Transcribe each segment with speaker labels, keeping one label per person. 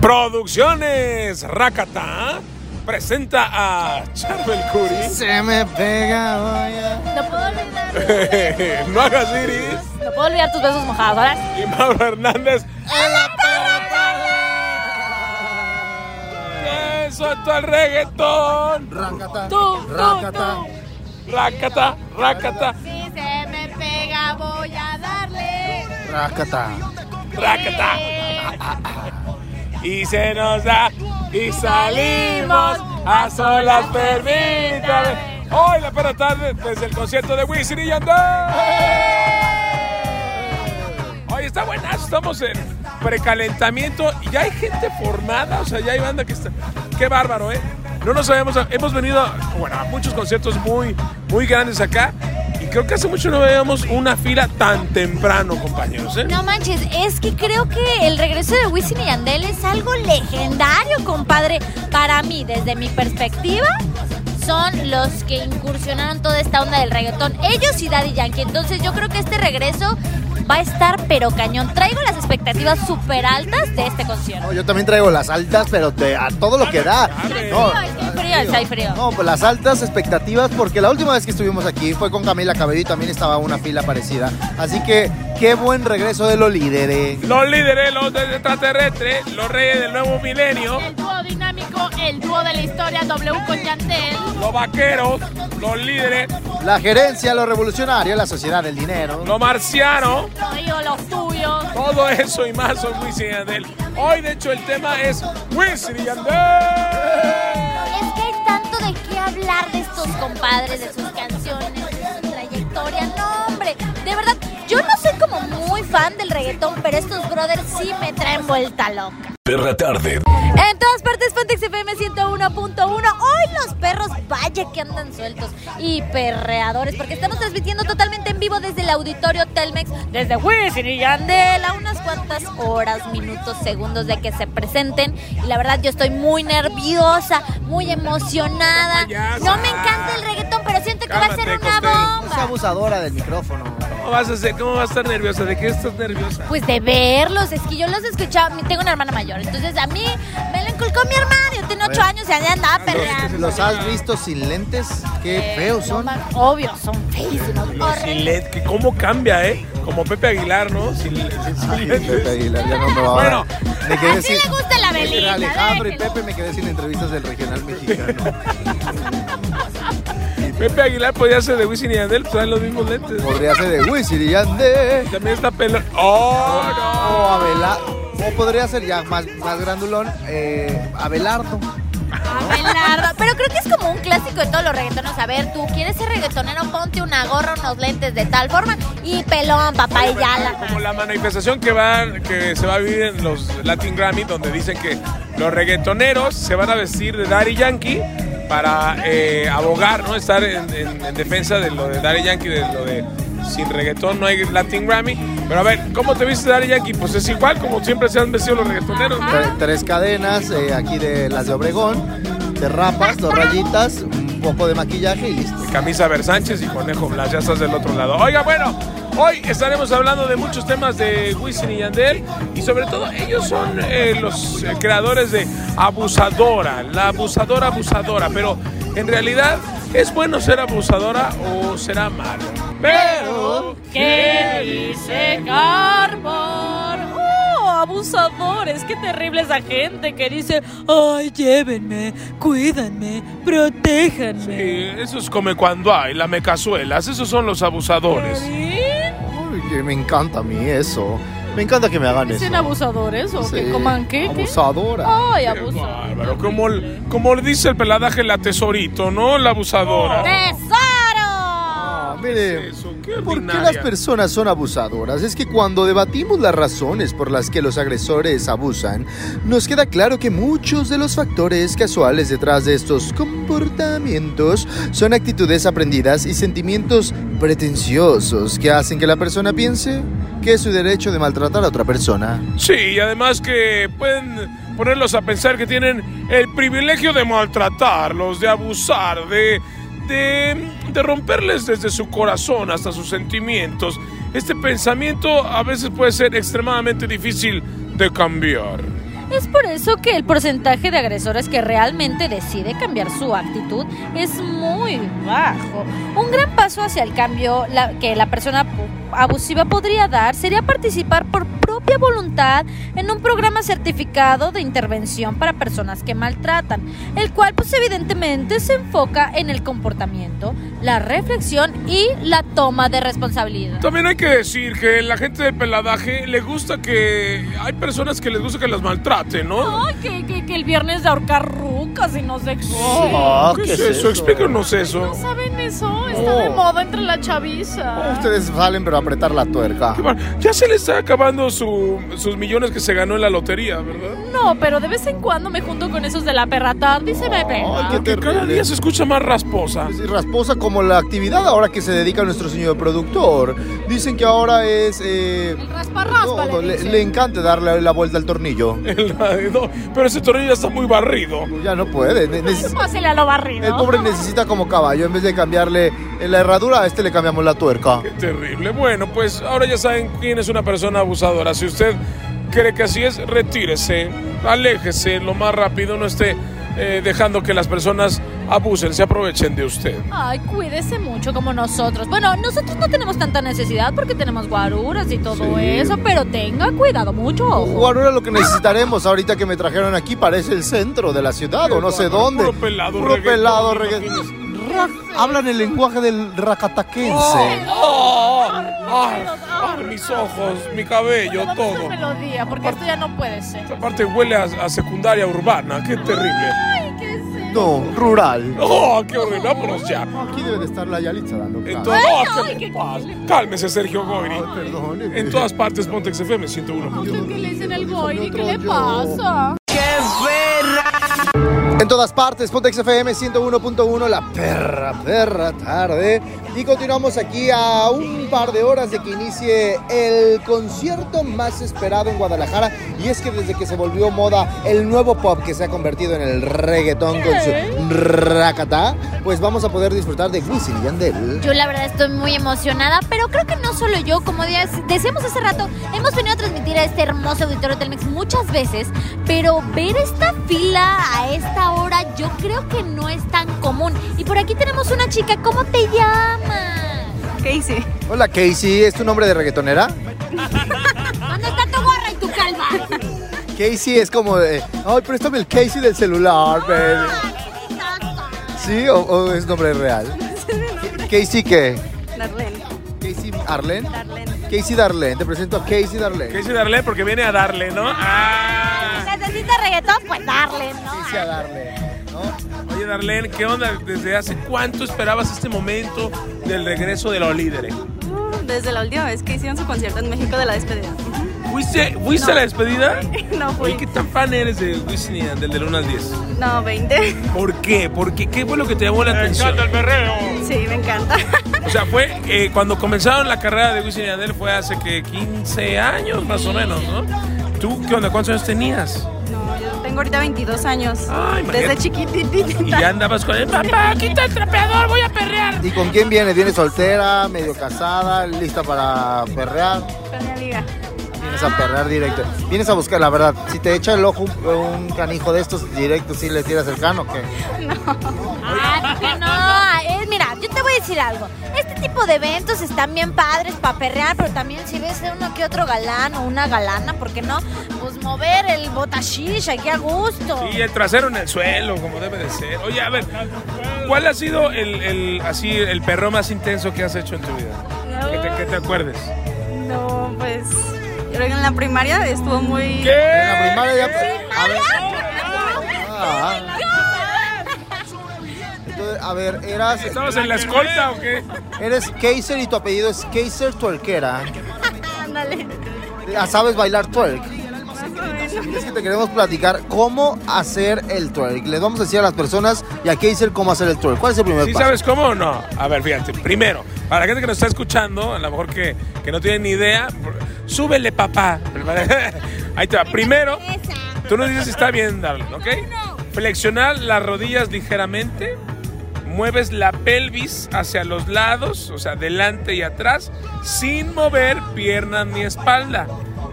Speaker 1: Producciones Rakata presenta a Charbel Curry.
Speaker 2: Se me pega,
Speaker 3: No puedo olvidar.
Speaker 1: no hagas iris.
Speaker 3: No puedo olvidar tus besos mojados. Ahora
Speaker 1: Y Mauro Hernández. Eso es todo el reggaetón.
Speaker 3: tú, tú, tú.
Speaker 1: Rakata, rakata,
Speaker 3: Si se me pega, voy a darle.
Speaker 2: Ah,
Speaker 1: rakata. Y se nos da. Y salimos a solas, permítame. Hoy la perra tarde desde el concierto de Wisin y Yandel. Hoy está buenazo, estamos en precalentamiento y ya hay gente formada, o sea, ya hay banda que está... Qué bárbaro, ¿eh? No nos sabemos, hemos venido, bueno, a muchos conciertos muy, muy grandes acá y creo que hace mucho no veíamos una fila tan temprano, compañeros, ¿eh?
Speaker 3: No manches, es que creo que el regreso de Wisin y Yandel es algo legendario, compadre. Para mí, desde mi perspectiva, son los que incursionaron toda esta onda del reggaetón. Ellos y Daddy Yankee. Entonces yo creo que este regreso va a estar pero cañón. Traigo las expectativas súper altas de este concierto.
Speaker 2: yo también traigo las altas, pero te- a todo lo que da.
Speaker 1: Dale,
Speaker 2: No,
Speaker 3: dale. Hay frío, hay frío, hay frío.
Speaker 2: No, pues las altas expectativas, porque la última vez que estuvimos aquí fue con Camila Cabello y también estaba una fila parecida. Así que qué buen regreso de los líderes.
Speaker 1: Los líderes, los extraterrestres, los reyes del nuevo milenio.
Speaker 4: El dúo dinámico, el dúo de la historia, W con Yandel.
Speaker 1: los vaqueros, los líderes,
Speaker 2: La gerencia, los revolucionarios, la sociedad, el dinero.
Speaker 1: los marcianos,
Speaker 4: Yo, los tuyos.
Speaker 1: todo eso y más son Wisin y Yandel. Hoy, de hecho, el tema es Wisin y Yandel.
Speaker 3: Es que hay tanto de qué hablar de estos compadres, de sus canciones, de su trayectoria. No, hombre, de verdad, yo no soy como muy fan del reggaetón, pero estos brothers sí me traen vuelta loca.
Speaker 5: Perra Tarde.
Speaker 3: En todas partes, Pontex FM 101.1. Hoy los perros, vaya que andan sueltos y perreadores, porque estamos transmitiendo totalmente en vivo desde el auditorio Telmex, desde Wisin y Yandel, a unas cuantas horas, minutos, segundos de que se presenten. Y la verdad, yo estoy muy nerviosa, muy emocionada.
Speaker 1: Payasa.
Speaker 3: No me encanta el reggaetón, pero siento que va a ser
Speaker 1: Cálmate,
Speaker 3: una
Speaker 1: Costel.
Speaker 2: No sea
Speaker 3: bomba.
Speaker 2: abusadora del micrófono.
Speaker 1: ¿Cómo vas a ser? ¿Cómo vas a estar nerviosa? ¿De qué estás nerviosa?
Speaker 3: Pues de verlos, es que yo los escuchaba, tengo una hermana mayor, entonces a mí me la inculcó mi hermana, yo tenía ocho años y allá andaba perreando.
Speaker 2: ¿Los has visto sin lentes? Qué feos son.
Speaker 3: No, man, obvio, son feísimos.
Speaker 1: Los
Speaker 3: horribles.
Speaker 1: sin led, que cómo cambia, ¿eh? Como Pepe Aguilar, ¿no? Sin, sin- sin
Speaker 2: Ay,
Speaker 1: lentes.
Speaker 2: Pepe Aguilar, ya no me va a
Speaker 1: Bueno,
Speaker 2: me
Speaker 3: así le gusta la
Speaker 2: entre
Speaker 3: Belinda,
Speaker 2: Alejandro y
Speaker 3: déjelo.
Speaker 2: Pepe me quedé sin entrevistas del regional mexicano.
Speaker 1: Pepe Aguilar podía ser de Wisin y Yandel, pues traen los mismos lentes.
Speaker 2: Podría ser de Wisin y Yandel.
Speaker 1: También está pelón. ¡Oh,
Speaker 2: O
Speaker 1: no!
Speaker 2: Abela. O podría ser ya más, más grandulón, eh, Abelardo.
Speaker 3: Abelardo. Pero creo que es como un clásico de todos los reggaetonos. A ver, tú quieres ser reggaetonero, ponte una gorra, unos lentes de tal forma y pelón, papá y ya la
Speaker 1: Como la manifestación que van, que se va a vivir en los Latin Grammy, donde dicen que los reggaetoneros se van a vestir de Daddy Yankee para eh, abogar, ¿no? Estar en, en- en defensa de lo de Daddy Yankee, de lo de sin reggaetón no hay Latin Grammy. Pero a ver, ¿cómo te viste Daddy Yankee? Pues es igual como siempre se han vestido los reggaetoneros. ¿no?
Speaker 2: Tre- tres cadenas, eh, aquí de las de Obregón. Te rapas, dos rayitas, un poco de maquillaje y listo.
Speaker 1: Camisa Versánchez y Conejo Blas, ya estás del otro lado. Oiga, bueno, hoy estaremos hablando de muchos temas de Wisin y Yandel y sobre todo ellos son eh, los eh, creadores de Abusadora, la abusadora abusadora, pero en realidad es bueno ser abusadora o será malo. Pero
Speaker 4: ¿Qué dice Carbón? ¡Oh, abusadores! ¡Qué terrible esa gente que dice, ay, llévenme, cuídanme, protéjanme!
Speaker 1: Eh, esos come cuando hay, la mecazuelas, esos son los abusadores.
Speaker 2: Uy, que me encanta a mí eso. Me encanta que me hagan eso.
Speaker 4: ¿Dicen abusadores o que
Speaker 2: Sí.
Speaker 4: coman qué? qué?
Speaker 2: Abusadora.
Speaker 4: ¡Ay,
Speaker 1: Qué
Speaker 4: abusadores!
Speaker 1: bárbaro, como, el- como dice el peladaje, la tesorito, ¿no? La abusadora.
Speaker 3: ¡Tesoro!
Speaker 4: Ah,
Speaker 2: Mire,
Speaker 1: es eso? Qué
Speaker 2: ¿Por qué
Speaker 1: ordinaria.
Speaker 2: las personas son abusadoras? Es que cuando debatimos las razones por las que los agresores abusan, nos queda claro que muchos de los factores casuales detrás de estos comportamientos son actitudes aprendidas y sentimientos pretenciosos que hacen que la persona piense que es su derecho de maltratar a otra persona.
Speaker 1: Sí, y además que pueden ponerlos a pensar que tienen el privilegio de maltratarlos, de abusar, de, de, de romperles desde su corazón hasta sus sentimientos. Este pensamiento a veces puede ser extremadamente difícil de cambiar.
Speaker 3: Es por eso que el porcentaje de agresores que realmente decide cambiar su actitud es muy bajo. Un gran paso hacia el cambio la- que la persona pu- abusiva podría dar sería participar por propia voluntad en un programa certificado de intervención para personas que maltratan, el cual pues evidentemente se enfoca en el comportamiento, la reflexión y la toma de responsabilidad.
Speaker 1: También hay que decir que la gente de peladaje le gusta que hay personas que les gusta que las maltraten, ¿no?
Speaker 3: Ay, que, que- que el viernes de ahorcar rucas y no sé qué.
Speaker 2: Ah,
Speaker 1: ¿Qué, es eso? Explícanos eso.
Speaker 4: ¿No saben eso? Está de moda entre la chaviza.
Speaker 2: Ustedes salen pero a apretar la tuerca.
Speaker 1: Qué bar- Ya se le está acabando su- sus millones que se ganó en la lotería, ¿verdad?
Speaker 4: No, pero de vez en cuando me junto con esos de la perra tarde y se me
Speaker 2: Ay,
Speaker 4: pega.
Speaker 2: qué
Speaker 1: Que cada
Speaker 2: terrible.
Speaker 1: día se escucha más rasposa.
Speaker 2: y rasposa como la actividad ahora que se dedica a nuestro señor productor. Dicen que ahora es... eh,
Speaker 4: El raspa raspa.
Speaker 2: no,
Speaker 4: le
Speaker 2: le,
Speaker 4: dicen.
Speaker 2: le encanta darle la vuelta al tornillo.
Speaker 1: El- no, pero ese tornillo ya está muy barrido.
Speaker 2: Ya no puede. ne- neces-
Speaker 3: Pásele a lo barrido.
Speaker 2: el pobre necesita como caballo. En vez de cambiarle la herradura, a este le cambiamos la tuerca.
Speaker 1: Qué terrible. Bueno, pues ahora ya saben quién es una persona abusadora. Si usted cree que así es, retírese, aléjese lo más rápido, no esté eh, dejando que las personas abusen, se aprovechen de usted.
Speaker 3: Ay, cuídese mucho como nosotros. Bueno, nosotros no tenemos tanta necesidad porque tenemos guaruras y todo
Speaker 2: Sí.
Speaker 3: eso, pero tenga cuidado, mucho ojo.
Speaker 2: Guarura, lo que necesitaremos ahorita que me trajeron aquí parece el centro de la ciudad o no sé
Speaker 1: bárbaro,
Speaker 2: dónde.
Speaker 1: puro pelado,
Speaker 2: Puro
Speaker 1: reggaetón,
Speaker 2: pelado,
Speaker 1: ¿te
Speaker 2: regga- Ra- Hablan el lenguaje del racataquense.
Speaker 1: ¡Oh! ¡Ay! ¡Ay, mis ojos, mi cabello,
Speaker 4: Vamos con
Speaker 1: todo!
Speaker 4: melodía, porque esto ya no puede ser.
Speaker 1: Esta parte huele a, a secundaria urbana, qué terrible.
Speaker 4: Ay, qué sé.
Speaker 2: No, rural.
Speaker 1: ¡Oh, qué horrible! Vámonos ya.
Speaker 2: Aquí debe de estar la Yalitza dando clases.
Speaker 1: Entonces, ¡oh, qué le pasa! Cálmese, Sergio Goyri.
Speaker 2: Ay, perdone.
Speaker 1: En todas partes, Pontex FM 101.
Speaker 4: ¿Usted qué le dicen al Goiri? ¿Qué le
Speaker 2: Otro yo.
Speaker 4: pasa?
Speaker 2: En todas partes, Pontex FM 101.1, la perra, perra tarde. Y continuamos aquí a un par de horas de que inicie el concierto más esperado en Guadalajara. Y es que desde que se volvió moda el nuevo pop que se ha convertido en el reggaetón con su racata, pues vamos a poder disfrutar de Wisin y Yandel.
Speaker 3: Yo la verdad estoy muy emocionada, pero creo que no solo yo, como de- decíamos hace rato, hemos venido a transmitir a este hermoso auditorio Telmex muchas veces, pero ver esta fila a esta hora yo creo que no es tan común. Y por aquí tenemos una chica, ¿cómo te llamas?
Speaker 2: Hola Casey, ¿es tu nombre de reggaetonera?
Speaker 3: ¿Dónde está tu gorra y tu calva?
Speaker 2: Casey es como de, ay, préstame el Casey del celular, baby. ¿Sí o, o es nombre real? Casey qué? Casey Arlen. Casey Darlene. Te presento a Casey
Speaker 1: ¿Qué
Speaker 2: Darlene.
Speaker 1: dice darle? Porque viene a darle, ¿no? ¡Ah!
Speaker 3: Necesita reggaetón, pues darle, ¿no?
Speaker 2: Casey Darlene. ¿no?
Speaker 1: Oye, Darlene, ¿qué onda? ¿Desde hace cuánto esperabas este momento del regreso de los líderes?
Speaker 6: Desde la última vez que hicieron su concierto en México de la despedida.
Speaker 1: ¿Fuiste, fuiste a la despedida?
Speaker 6: No fui.
Speaker 1: Oye, ¿qué tan fan eres de Wisin y Yandel del 1 al 10?
Speaker 6: No, 20.
Speaker 1: ¿Por qué? ¿Por qué? ¿Qué fue lo que te llamó la atención?
Speaker 6: Sí, me encanta.
Speaker 1: O sea, fue eh, cuando comenzaron la carrera de Wisin y Yandel fue hace que 15 años más o menos, ¿no? ¿Tú qué onda? ¿Cuántos años tenías?
Speaker 6: No, yo tengo ahorita 22 años.
Speaker 1: Ay,
Speaker 6: Desde
Speaker 1: imagínate. Y
Speaker 6: chiquititita.
Speaker 1: ya andabas con el papá, quita el trapeador, voy a perrear.
Speaker 2: ¿Y con quién viene? ¿Viene soltera, medio casada, lista para perrear?
Speaker 6: Con la liga.
Speaker 2: Vienes a perrear directo. Vienes a buscar, la verdad. Si te echa el ojo un, un canijo de estos directos, si le tiras el cano, ¿qué?
Speaker 3: Ah, que no. Eh, mira, yo te voy a decir algo. Este tipo de eventos están bien padres para perrear, pero también si ves a uno que otro galán o una galana, ¿por qué no? Pues mover el botashish aquí a gusto.
Speaker 1: Y el trasero en el suelo, como debe de ser. Oye, a ver, ¿cuál ha sido el, el- así, el perro más intenso que has hecho en tu vida? Que te, que te acuerdes.
Speaker 6: No, pues. Yo creo que en la primaria estuvo muy.
Speaker 2: En la primaria ya.
Speaker 1: pues.
Speaker 2: A ver.
Speaker 3: ¡Ah!
Speaker 2: Ah, ah. Entonces, a A ver, eras.
Speaker 1: ¿Estabas en la escolta o qué?
Speaker 2: Eres Kaiser y tu apellido es Kaiser Twerkera.
Speaker 6: Ándale.
Speaker 2: Ah, ¿Sabes bailar twerk? Es que te queremos platicar cómo hacer el twerk. Les vamos a decir a las personas y a Kaiser cómo hacer el twerk. ¿Cuál es el primer
Speaker 1: ¿Sí
Speaker 2: paso?
Speaker 1: sabes cómo o no? A ver, fíjate. Primero, para la gente que nos está escuchando, a lo mejor que, que no tiene ni idea, por- súbele, papá. Ahí te va. Primero, tú nos dices si está bien darle, ¿ok? Flexionar las rodillas ligeramente. Mueves la pelvis hacia los lados, o sea, delante y atrás, sin mover piernas ni espalda.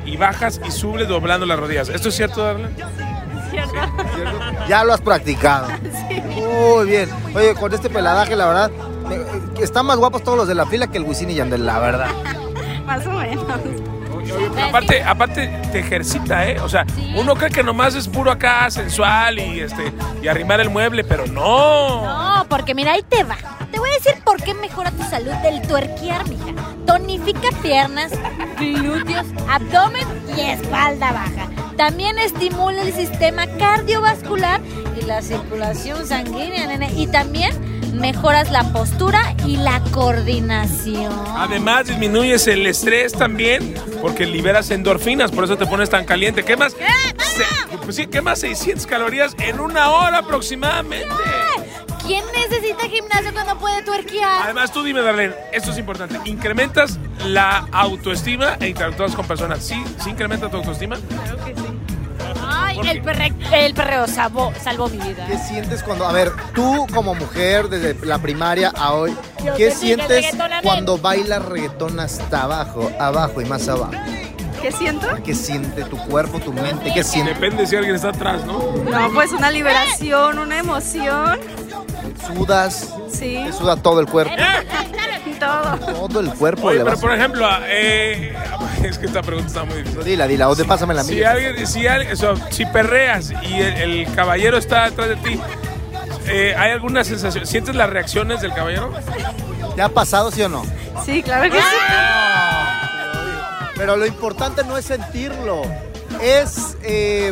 Speaker 1: Y bajas y subes doblando las rodillas. ¿Esto es cierto, Darla?
Speaker 2: Ya lo has practicado. Muy bien. Oye, con este peladaje, la verdad, me- eh, están más guapos todos los de la fila que el Wisin y Yandel, la verdad.
Speaker 6: Más o menos.
Speaker 1: Aparte, aparte te ejercita, ¿eh? O sea,
Speaker 3: Sí.
Speaker 1: uno cree que nomás es puro acá, sensual y este y arrimar el mueble, pero no.
Speaker 3: No, porque mira, ahí te va. Te voy a decir por qué mejora tu salud del tuerquear, mija. Tonifica piernas, glúteos, abdomen y espalda baja. También estimula el sistema cardiovascular y la circulación sanguínea, nene. Y también mejoras la postura y la coordinación.
Speaker 1: Además, disminuyes el estrés también porque liberas endorfinas, por eso te pones tan caliente. ¿Qué más? Se- pues sí, ¿qué más 600 calorías en una hora aproximadamente?
Speaker 3: ¿Quién necesita gimnasio cuando puede tuerquear?
Speaker 1: Además, tú dime, Darlene, esto es importante. ¿Incrementas la autoestima e interactúas con personas? ¿Sí, ¿Sí incrementa tu autoestima?
Speaker 4: Ay, el, perre- el perreo salvó, salvó mi vida.
Speaker 2: ¿Qué sientes cuando, a ver, tú como mujer desde la primaria a hoy,
Speaker 4: Yo te dije
Speaker 2: ¿qué
Speaker 4: el
Speaker 2: sientes
Speaker 4: reggaetón a mí.
Speaker 2: cuando bailas reggaetón hasta abajo, abajo y más abajo?
Speaker 6: ¿Qué siento?
Speaker 2: ¿Qué siente tu cuerpo, tu mente? ¿Qué siente?
Speaker 1: Depende si alguien está atrás, ¿no?
Speaker 6: No, pues una liberación, una emoción.
Speaker 2: ¿Sudas?
Speaker 6: Sí,
Speaker 2: Te suda todo el cuerpo.
Speaker 6: todo.
Speaker 2: Todo el cuerpo
Speaker 1: Oye,
Speaker 2: le
Speaker 1: pero
Speaker 2: vas.
Speaker 1: por ejemplo, ah, eh, es que esta pregunta está muy difícil.
Speaker 2: Dila, dila, o te pásame la
Speaker 1: Si
Speaker 2: mía.
Speaker 1: alguien, si alguien, o sea, si perreas y el, el caballero está detrás de ti, eh, ¿hay alguna sensación? ¿Sientes las reacciones del caballero?
Speaker 2: ¿Te ha pasado, sí o no?
Speaker 6: Sí, claro que sí.
Speaker 2: Pero lo importante no es sentirlo, es eh,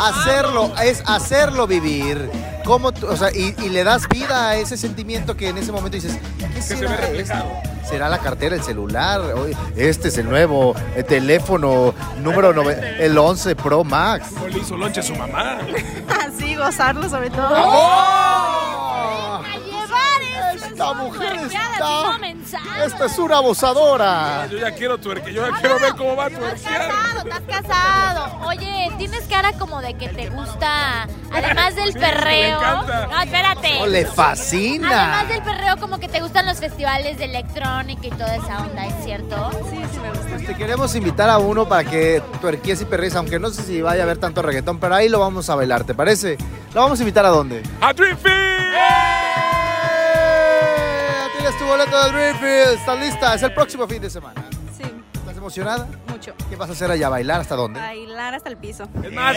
Speaker 2: hacerlo, es hacerlo vivir. ¿Cómo tú- o sea, y, y le das vida a ese sentimiento que en ese momento dices, ¿qué
Speaker 1: se
Speaker 2: será
Speaker 1: ve reflejado.
Speaker 2: esto? ¿Será la cartera, el celular? Oye, Este es el nuevo eh, teléfono número nove- el 11 Pro Max.
Speaker 1: ¿O le hizo lonche a su mamá?
Speaker 6: Sí, gozarlo sobre todo.
Speaker 1: ¡Oh!
Speaker 3: A llevar eso.
Speaker 2: Esta mujer
Speaker 3: tuerqueadas
Speaker 2: está-
Speaker 3: y no mensajes.
Speaker 2: Esta es una abusadora.
Speaker 1: Yo ya quiero tuerque, yo ya quiero ver cómo va a tuerquear.
Speaker 3: casado, estás casado. Oye, tienes cara como de que te gusta, además del
Speaker 1: Sí,
Speaker 3: perreo.
Speaker 1: me encanta.
Speaker 3: No,
Speaker 2: No,
Speaker 3: espérate.
Speaker 2: le fascina.
Speaker 3: Además del perreo, como que te gustan los festivales de electrónica y toda esa onda, ¿es cierto?
Speaker 6: Sí, sí, me gusta.
Speaker 2: Te queremos invitar a uno para que tuerquies y perres, aunque no sé si vaya a haber tanto reggaetón, pero ahí lo vamos a bailar, ¿te parece? ¿Lo vamos a invitar a dónde?
Speaker 1: ¡A Dreamfield!
Speaker 2: ¡Eh! Tienes tu boleto de Dreamfield, ¿estás lista? Es el próximo fin de semana.
Speaker 6: Sí,
Speaker 2: ¿Estás emocionada?
Speaker 6: mucho.
Speaker 2: ¿Qué vas a hacer allá? ¿Bailar hasta dónde?
Speaker 6: Bailar hasta el piso.
Speaker 1: Es más,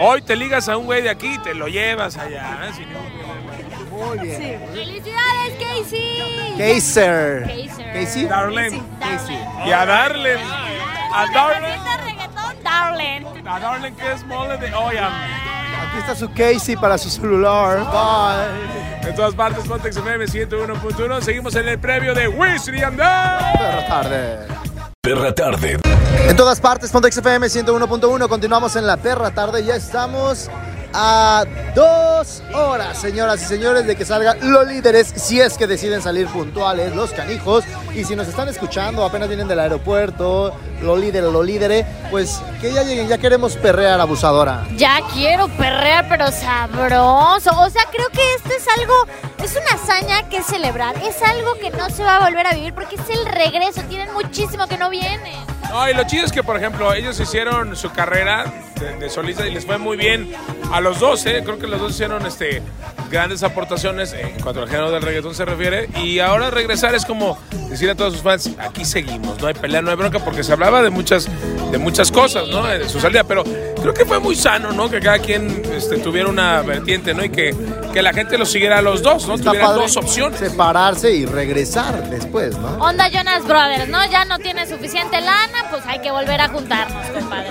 Speaker 1: hoy te ligas a un güey de aquí y te lo llevas allá. ¿eh? Si no,
Speaker 2: Muy bien.
Speaker 6: Sí.
Speaker 3: ¡Felicidades, Casey!
Speaker 2: Kaiser.
Speaker 3: Kaiser.
Speaker 2: Casey.
Speaker 1: Darlene.
Speaker 3: Darling.
Speaker 1: Y a Darlene. A Darlene.
Speaker 3: Cantante de reggaetón, Darling.
Speaker 1: A Darlene que es mole de olla.
Speaker 2: Aquí está su Casey para su celular. Bye.
Speaker 1: En todas partes, Pontex FM 101.1. Seguimos en el previo de Wisin y Yandel.
Speaker 2: Buenas tardes.
Speaker 5: Perra tarde.
Speaker 2: En todas partes, Pontex FM 101.1. Continuamos en la perra tarde. Ya estamos a dos horas, señoras y señores, de que salgan los líderes, si es que deciden salir puntuales, los canijos. Y si nos están escuchando, apenas vienen del aeropuerto, los líderes, los líderes, pues que ya lleguen, ya queremos perrear, abusadora.
Speaker 3: Ya quiero perrear, pero sabroso. O sea, creo que esto es algo, es una hazaña que celebrar. Es algo que no se va a volver a vivir porque es el regreso. Tienen muchísimo que no vienen.
Speaker 1: No, y lo chido es que, por ejemplo, ellos hicieron su carrera de, de solista y les fue muy bien a los dos, ¿eh? Creo que los dos hicieron este, grandes aportaciones en cuanto al género del reggaetón se refiere. Y ahora regresar es como decir a todos sus fans, aquí seguimos, no hay pelea, no hay bronca, porque se hablaba de muchas, de muchas cosas, ¿no? En su salida, pero creo que fue muy sano, ¿no? Que cada quien este, tuviera una vertiente, ¿no? Y que, que la gente los siguiera a los dos, ¿no?
Speaker 2: Está
Speaker 1: Tuvieran
Speaker 2: padre
Speaker 1: dos opciones.
Speaker 2: Separarse y regresar después, ¿no?
Speaker 3: Onda Jonas Brothers, ¿no? Ya no tiene suficiente lana, pues hay que volver a juntarnos, compadre.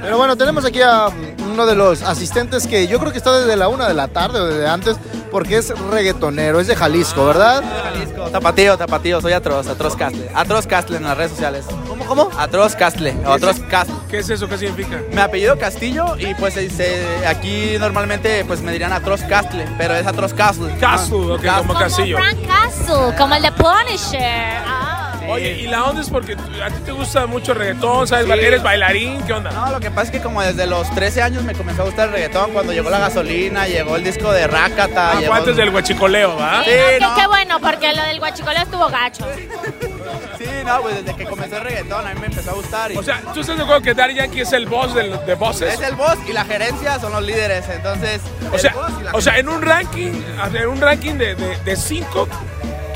Speaker 2: Pero bueno, tenemos aquí a uno de los asistentes que yo creo que está desde la una de la tarde o desde antes, porque es reggaetonero, es de Jalisco, ¿verdad?
Speaker 7: Ah, Jalisco, tapatío, tapatío, soy atroz, atroz castle. Atroz castle en las redes sociales. ¿Cómo, cómo? Atroz castle, o atroz castle.
Speaker 1: ¿Qué es eso? ¿Qué significa?
Speaker 7: Me apellido Castillo y pues se- se- aquí normalmente pues me dirán atroz castle, pero es atroz castle.
Speaker 1: Castle, ok, como Castillo.
Speaker 3: Frank Castle, como el de Punisher. Ah.
Speaker 1: Oye, y la onda es porque a ti te gusta mucho el reggaetón, ¿sabes? ¿Eres bailarín? ¿Qué onda?
Speaker 7: No, lo que pasa es que como desde los 13 años me comenzó a gustar el reggaetón, cuando llegó la gasolina, llegó el disco de Rakata, llegó...
Speaker 1: Ah, Antes del huachicoleo, ¿va?
Speaker 7: Ah, Sí,
Speaker 3: Qué-
Speaker 7: no,
Speaker 3: Qué bueno, porque lo del guachicoleo estuvo gacho.
Speaker 7: sí, no, pues desde que comenzó el reggaetón a mí me empezó a gustar y...
Speaker 1: O sea, ¿tú estás de acuerdo que Daddy Yankee es el boss del- de bosses?
Speaker 7: es el boss y la gerencia son los líderes, entonces...
Speaker 1: O
Speaker 7: el
Speaker 1: sea,
Speaker 7: boss y la
Speaker 1: o sea, en un ranking, en un ranking de, de, de cinco,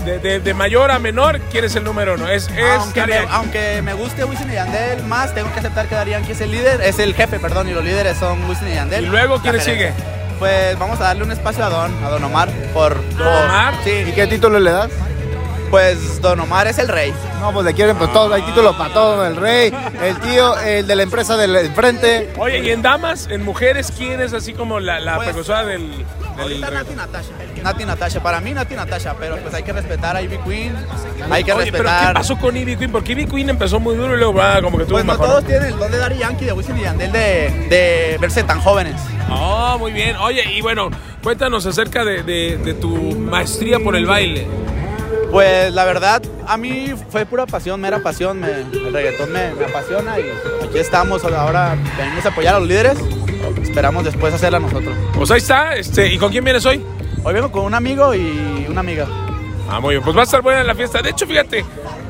Speaker 1: de, de- de mayor a menor, ¿quién es el número uno? Es, es
Speaker 7: aunque,
Speaker 1: Daddy
Speaker 7: me,
Speaker 1: Yankee.
Speaker 7: aunque me guste Wisin y Yandel más, tengo que aceptar que Darían que es el líder, es el jefe, perdón, y los líderes son Wisin y Yandel.
Speaker 1: ¿Y luego quién
Speaker 7: La gerencia.
Speaker 1: sigue?
Speaker 7: Pues vamos a darle un espacio a Don, a Don Omar, por... ¿Don
Speaker 1: Omar?
Speaker 7: Sí,
Speaker 2: ¿Y qué título le das?
Speaker 7: pues Don Omar es el rey.
Speaker 2: No, pues le quieren para todos, hay títulos para todos, el rey, el tío, el de la empresa del enfrente.
Speaker 1: Oye, y en damas, en mujeres, ¿quién es así como la, la
Speaker 7: Pues,
Speaker 1: precursora del, del
Speaker 7: Ahorita Nati
Speaker 1: reggaetón?
Speaker 7: Natasha. Nati Natasha, para mí Nati Natasha, pero pues hay que respetar a Ivy Queen, hay que
Speaker 1: Oye, pero ¿qué
Speaker 7: respetar...
Speaker 1: pasó con Ivy Queen? Porque Ivy Queen empezó muy duro y luego ah, como que tuvo
Speaker 7: Pues
Speaker 1: un
Speaker 7: no
Speaker 1: bajón.
Speaker 7: todos tienen el don de Dari Yankee, de Wisin y Yandel, de, de verse tan jóvenes.
Speaker 1: Oh, muy bien. Oye, y bueno, cuéntanos acerca de, de- de tu maestría por el baile.
Speaker 7: Pues la verdad, a mí fue pura pasión, mera pasión. me- el reggaetón me, me apasiona y aquí estamos. Ahora venimos a apoyar a los líderes. Esperamos después hacerla nosotros.
Speaker 1: Pues ahí está. Este, ¿Y con quién vienes hoy?
Speaker 7: Hoy vengo con un amigo y una amiga.
Speaker 1: Ah, muy bien. Pues va a estar buena la fiesta. De hecho, fíjate,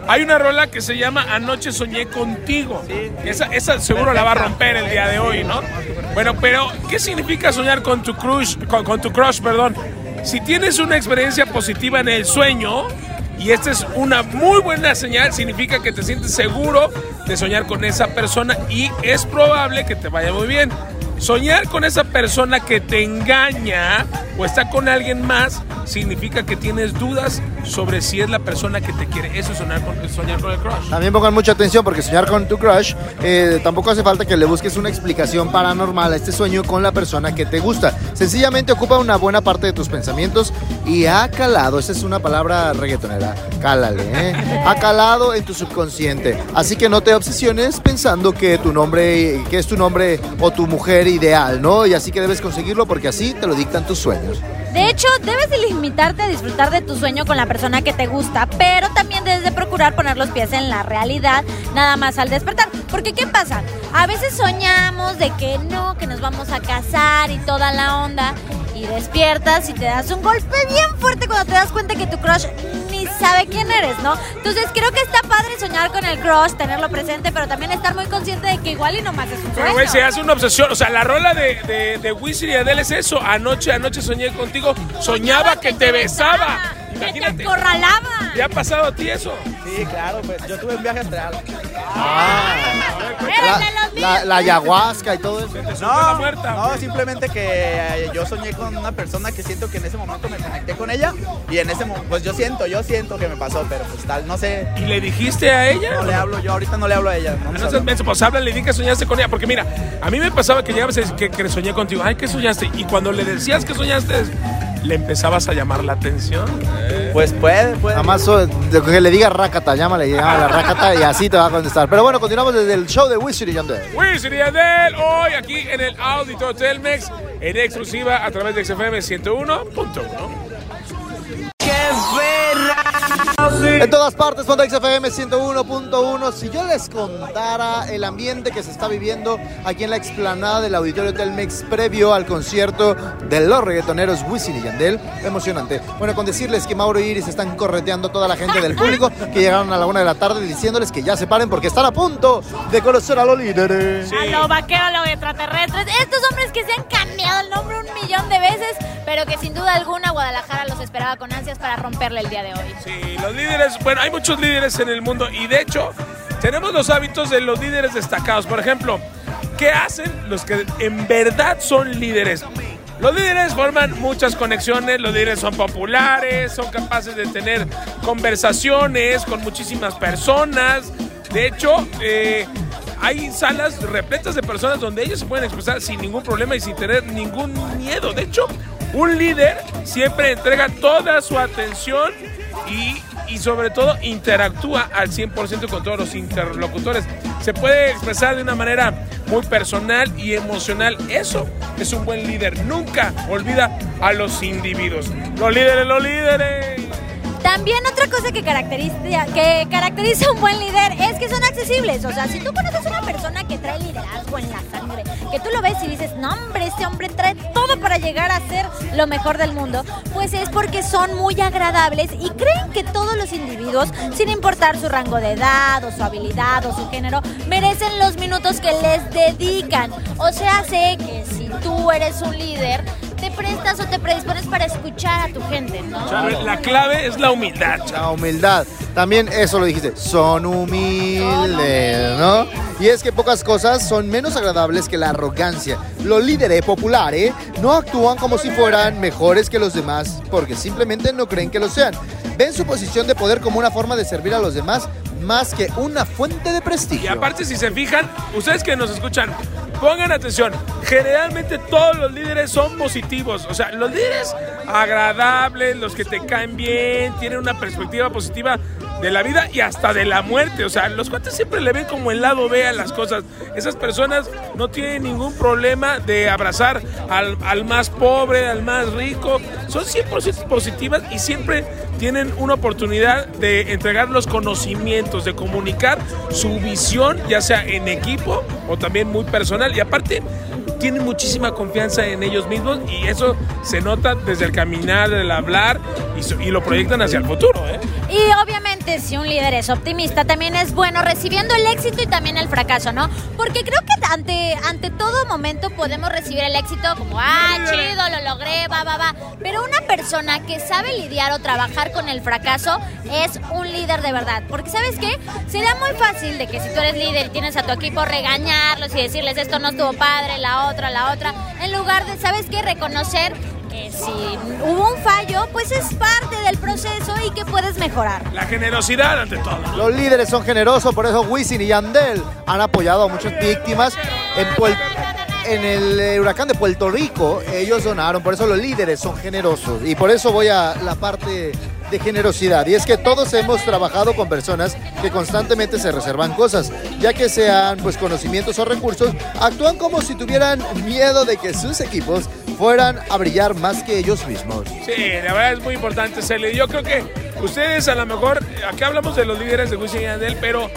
Speaker 1: hay una rola que se llama Anoche soñé contigo. Esa, esa seguro la va a romper el día de hoy, ¿no? Bueno, pero ¿qué significa soñar con tu crush, con, con tu crush, perdón? Si tienes una experiencia positiva en el sueño y esta es una muy buena señal, significa que te sientes seguro de soñar con esa persona y es probable que te vaya muy bien. Soñar con esa persona que te engaña o está con alguien más significa que tienes dudas sobre si es la persona que te quiere. Eso es soñar con, soñar con el crush.
Speaker 2: También pongan mucha atención porque soñar con tu crush eh, tampoco hace falta que le busques una explicación paranormal a este sueño con la persona que te gusta. Sencillamente ocupa una buena parte de tus pensamientos y ha calado, esa es una palabra reggaetonera, cálale, ¿eh? ha calado en tu subconsciente. Así que no te obsesiones pensando que tu nombre, que es tu nombre o tu mujer ideal, ¿no? Y así que debes conseguirlo porque así te lo dictan tus sueños.
Speaker 3: De hecho, debes de limitarte a disfrutar de tu sueño con la persona que te gusta, pero también debes de procurar poner los pies en la realidad, nada más al despertar. Porque ¿qué pasa? A veces soñamos de que no, que nos vamos a casar y toda la onda, y despiertas y te das un golpe bien fuerte cuando te das cuenta que tu crush ni sabe quién eres, ¿no? Entonces creo que está padre soñar con el crush, tenerlo presente, pero también estar muy consciente de que igual y nomás es un
Speaker 1: Pero, güey, se
Speaker 3: sueño.
Speaker 1: hace una obsesión. O sea, la rola de, de, de Wisin y Adele es eso. Anoche, anoche soñé contigo. Soñaba que te besaba.
Speaker 3: que te
Speaker 1: Imagínate.
Speaker 3: acorralaba.
Speaker 1: ¿Te ha pasado a ti eso?
Speaker 7: Sí, claro, pues yo tuve un viaje astral.
Speaker 3: Eres de los míos.
Speaker 2: la, la ayahuasca y todo eso.
Speaker 1: la muerta,
Speaker 7: no, simplemente que eh, yo soñé con una persona que siento que en ese momento me conecté con ella y en ese momento, pues yo siento, yo siento que me pasó, pero pues tal, no sé,
Speaker 1: ¿Y le dijiste a ella?
Speaker 7: no le hablo, yo ahorita no le hablo a ella. no nos
Speaker 1: Entonces,
Speaker 7: hablamos.
Speaker 1: menso, pues háblale y di que soñaste con ella. Porque mira, a mí me pasaba que llegabas y decías que, que soñé contigo. Ay, que soñaste. Y cuando le decías que soñaste, le empezabas a llamar la atención.
Speaker 7: Pues puede, puede.
Speaker 2: Nada más so- de que le diga Rakata, llámale, llámale a Rakata y así te va a contestar. Pero bueno, continuamos desde el show de Wisin y Yandel.
Speaker 1: Wisin y Adele, hoy aquí en el Auditor Telmex, en exclusiva a través de XFM 101.1.
Speaker 2: En todas partes, Ponte XFM 101.1. Si yo les contara el ambiente que se está viviendo aquí en la explanada del Auditorio Telmex previo al concierto de los reggaetoneros Wisin y Yandel, emocionante. Bueno, con decirles que Mauro y Iris están correteando a toda la gente del público que llegaron a la una de la tarde diciéndoles que ya se paren porque están a punto de conocer a los líderes.
Speaker 4: A los vaqueros, a los extraterrestres.
Speaker 3: Estos hombres que se han cambiado el nombre un millón de veces, pero que sin duda alguna Guadalajara los esperaba con ansias para romperle el día de hoy.
Speaker 1: Sí, los líderes, bueno, hay muchos líderes en el mundo y de hecho tenemos los hábitos de los líderes destacados. Por ejemplo, ¿qué hacen los que en verdad son líderes? Los líderes forman muchas conexiones, los líderes son populares, son capaces de tener conversaciones con muchísimas personas. De hecho, eh, hay salas repletas de personas donde ellos se pueden expresar sin ningún problema y sin tener ningún miedo. De hecho, Un líder siempre entrega toda su atención y, y sobre todo interactúa al 100% con todos los interlocutores. Se puede expresar de una manera muy personal y emocional. Eso es un buen líder. Nunca olvida a los individuos. Los líderes, los líderes.
Speaker 3: También otra cosa que caracteriza, que caracteriza a un buen líder es que son accesibles. O sea, si tú conoces a una persona que trae liderazgo en la sangre, que tú lo ves y dices, no hombre, este hombre trae todo para llegar a ser lo mejor del mundo, pues es porque son muy agradables y creen que todos los individuos, sin importar su rango de edad o su habilidad o su género, merecen los minutos que les dedican. O sea, sé que si tú eres un líder, te prestas o te predispones para escuchar a tu gente, ¿no?
Speaker 1: Charo, La clave es la humildad, chavo.
Speaker 2: La humildad. También eso lo dijiste. Son humildes, ¿no? Y es que pocas cosas son menos agradables que la arrogancia. Los líderes populares no actúan como si fueran mejores que los demás porque simplemente no creen que lo sean. Ven su posición de poder como una forma de servir a los demás más que una fuente de
Speaker 1: Y
Speaker 2: prestigio.
Speaker 1: aparte, si se fijan, ustedes que nos escuchan, pongan atención. Generalmente todos los líderes son positivos. O sea, los líderes agradables, los que te caen bien, tienen una perspectiva positiva de la vida y hasta de la muerte. O sea, los cuates siempre le ven como el lado B a las cosas. Esas personas no tienen ningún problema de abrazar al, al más pobre, al más rico. Son 100% positivas y siempre tienen una oportunidad de entregar los conocimientos, de comunicar su visión, ya sea en equipo o también muy personal. Y aparte, tienen muchísima confianza en ellos mismos y eso se nota desde el caminar, el hablar y, so- y lo proyectan hacia el futuro. ¿eh?
Speaker 3: Y obviamente si un líder es optimista, también es bueno recibiendo el éxito y también el fracaso, ¿no? Porque creo que ante, ante todo momento podemos recibir el éxito como, ah, chido, lo logré, va, va, va. Pero una persona que sabe lidiar o trabajar con el fracaso es un líder de verdad. Porque sabes qué? Será muy fácil de que si tú eres líder y tienes a tu equipo regañarlos y decirles esto no estuvo padre, la otra, la otra, en lugar de, ¿sabes qué? Reconocer que Eh, si hubo un fallo, pues es parte del proceso y que puedes mejorar.
Speaker 1: La generosidad ante todo.
Speaker 2: Los líderes son generosos, por eso Wisin y Yandel han apoyado a muchas víctimas en, Puel- en el eh, huracán de Puerto Rico. Ellos donaron, por eso los líderes son generosos. Y por eso voy a la parte de generosidad. Y es que todos hemos trabajado con personas que constantemente se reservan cosas, ya que sean pues conocimientos o recursos, actúan como si tuvieran miedo de que sus equipos fueran a brillar más que ellos mismos.
Speaker 1: Sí, la verdad es muy importante ser líder. Yo creo que ustedes a lo mejor, aquí hablamos de los líderes de Wisin y Yandel, pero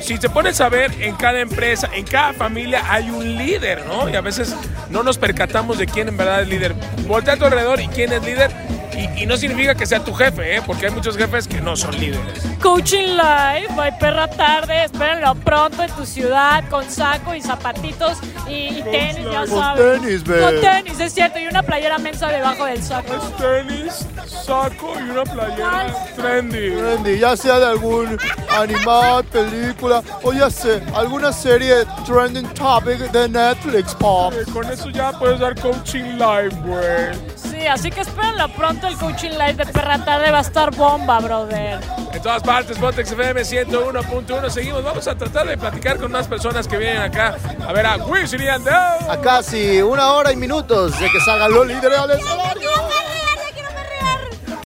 Speaker 1: si se pone a saber, en cada empresa, en cada familia hay un líder, ¿no? Y a veces no nos percatamos de quién en verdad es líder. Voltea a tu alrededor y quién es líder. Y, y no significa que sea tu jefe, ¿eh? porque hay muchos jefes que no son líderes.
Speaker 4: Coaching Live, by perra tarde, espérenlo pronto en tu ciudad con saco y zapatitos y, y tenis, ya
Speaker 1: Live.
Speaker 4: sabes.
Speaker 2: Con tenis, ve.
Speaker 4: Con tenis, es cierto, y una playera mensa debajo del saco.
Speaker 1: Es tenis, saco y una playera trendy.
Speaker 2: trendy, ya sea de algún animal, película o ya sé, alguna serie trending topic de Netflix pop.
Speaker 1: Con eso ya puedes dar coaching live, güey.
Speaker 4: Sí, así que espérenlo pronto, el Coaching Live de perra tarde va a estar bomba, brother.
Speaker 1: En todas partes, Botex FM 101.1. Seguimos, vamos a tratar de platicar con más personas que vienen acá a ver a Wisin y Yandel.
Speaker 2: A casi una hora y minutos de que salgan los líderes al escenario.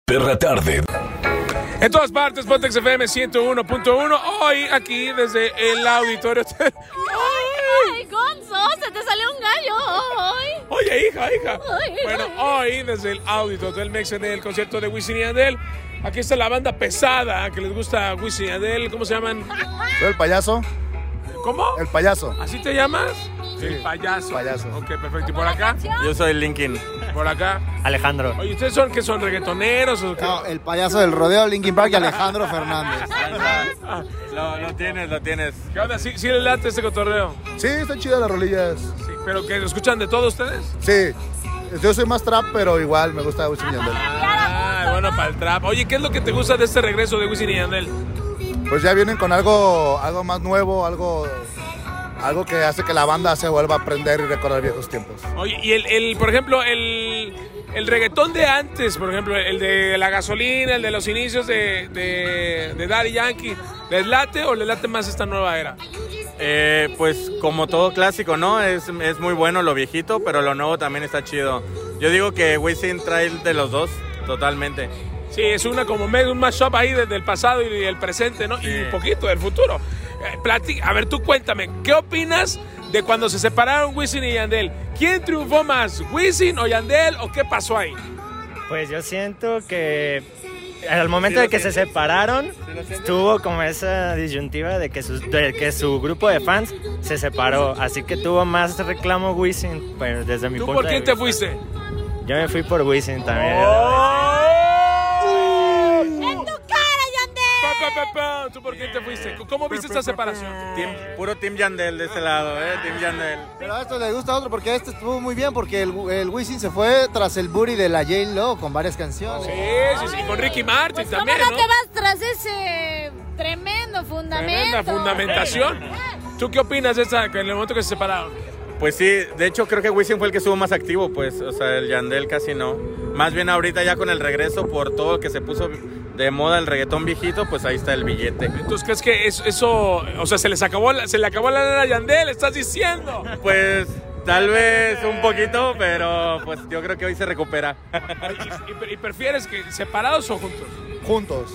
Speaker 5: Perra tarde.
Speaker 1: En todas partes, Botex FM 101.1. Hoy aquí desde el auditorio.
Speaker 3: ¡Ay, Gonzo! ¡Se te salió un gallo! ¡Ay!
Speaker 1: Oye, hija, hija.
Speaker 3: Ay,
Speaker 1: Bueno,
Speaker 3: ay.
Speaker 1: hoy desde el auditorio del Mex en el concierto de Wisin y Yandel. Aquí está la banda pesada que les gusta Wisin y Yandel. ¿Cómo se llaman?
Speaker 2: El payaso,
Speaker 1: ¿Cómo?
Speaker 2: el payaso.
Speaker 1: ¿Así te llamas? El payaso.
Speaker 2: Payaso.
Speaker 1: Ok, perfecto. ¿Y por acá?
Speaker 8: Yo soy Linkin.
Speaker 1: Por acá.
Speaker 8: Alejandro.
Speaker 1: Oye, ¿ustedes son que son reggaetoneros o qué?
Speaker 2: No, el payaso del rodeo Linkin Park y Alejandro Fernández.
Speaker 8: Lo, lo tienes, lo tienes.
Speaker 1: ¿Qué onda? ¿Sí, sí le late este cotorreo?
Speaker 2: Sí, están chidas las rolillas.
Speaker 1: Sí, pero que lo escuchan de todos ustedes.
Speaker 2: Sí, yo soy más trap, pero igual me gusta Wisin
Speaker 1: Ah, bueno, para el trap. Oye, ¿qué es lo que te gusta de este regreso de Wisin y Yandel?
Speaker 2: Pues ya vienen con algo, algo más nuevo, algo, algo que hace que la banda se vuelva a aprender y recordar viejos tiempos.
Speaker 1: Oye, y el, el, por ejemplo, el, el reggaetón de antes, por ejemplo, el de la gasolina, el de los inicios de, de, de Daddy Yankee, ¿les late o les late más esta nueva era?
Speaker 8: Eh, pues como todo clásico, ¿no? Es, es muy bueno lo viejito, pero lo nuevo también está chido. Yo digo que Wisin trae el de los dos, totalmente.
Speaker 1: Sí, es una como medio un mashup ahí desde el pasado y el presente, ¿no? Y un poquito del futuro. Eh, platí- a ver, tú cuéntame, ¿qué opinas de cuando se separaron Wisin y Yandel? ¿Quién triunfó más, Wisin o Yandel o qué pasó ahí?
Speaker 9: Pues yo siento que al momento de que se separaron, tuvo como esa disyuntiva de que, sus- de que su grupo de fans se separó. Así que tuvo más reclamo Wisin, pero desde mi
Speaker 1: ¿Tú
Speaker 9: punto
Speaker 1: por
Speaker 9: de
Speaker 1: quién te fuiste?
Speaker 9: vista. Yo me fui por Wisin también.
Speaker 1: ¡En tu
Speaker 3: cara,
Speaker 1: Yandel! ¿Tú por quién te fuiste? ¿Cómo viste esta separación?
Speaker 8: puro Team Yandel de este lado, ¿eh? Team Yandel.
Speaker 2: Pero a esto le gusta a otro porque a este estuvo muy bien porque el, el Wisin se fue tras el booty de la J-Lo con varias canciones.
Speaker 1: Eh, Sí, sí, sí, con Ricky Martin
Speaker 3: Pues, ¿Cómo
Speaker 1: también,
Speaker 3: no
Speaker 1: ¿no?
Speaker 3: te vas tras ese tremendo fundamento?
Speaker 1: Tremenda fundamentación. ¿Tú qué opinas de esta, que en el momento que se separaron?
Speaker 8: Pues sí, de hecho creo que Wisin fue el que estuvo más activo, pues, o sea, el Yandel casi no. Más bien ahorita ya con el regreso por todo lo que se puso de moda el reggaetón viejito, pues ahí está el billete.
Speaker 1: Entonces, ¿crees que es- eso, o sea, se les acabó, la- se le acabó la lana a Yandel, estás diciendo?
Speaker 8: Pues tal vez un poquito, pero pues yo creo que hoy se recupera.
Speaker 1: ¿Y, y- y prefieres que separados o juntos?
Speaker 10: Juntos.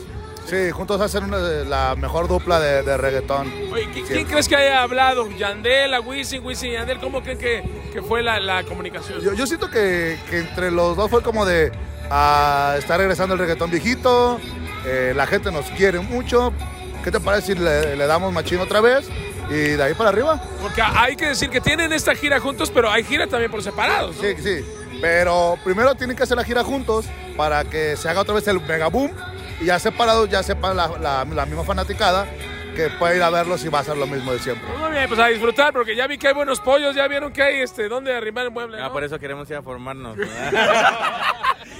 Speaker 10: Sí, juntos hacen una de- la mejor dupla de, de reggaetón.
Speaker 1: Oye, ¿qui- ¿Quién crees que haya hablado? ¿Yandel, a Wisin, Wisin y Yandel? ¿Cómo creen que, que fue la, la comunicación?
Speaker 10: Yo, yo siento que, que entre los dos fue como de ah, está regresando el reggaetón viejito, eh, la gente nos quiere mucho. ¿Qué te parece si le, le damos machín otra vez y de ahí para arriba?
Speaker 1: Porque hay que decir que tienen esta gira juntos, pero hay gira también por separados. ¿no?
Speaker 10: Sí, sí. Pero primero tienen que hacer la gira juntos para que se haga otra vez el mega boom y ya separados ya sepa la, la- la misma fanaticada que puede ir a verlos y va a ser lo mismo de siempre.
Speaker 1: Muy bien, pues a disfrutar, porque ya vi que hay buenos pollos, ya vieron que hay este, dónde arrimar el mueble.
Speaker 8: Ah, por eso queremos ir a formarnos.
Speaker 9: Voy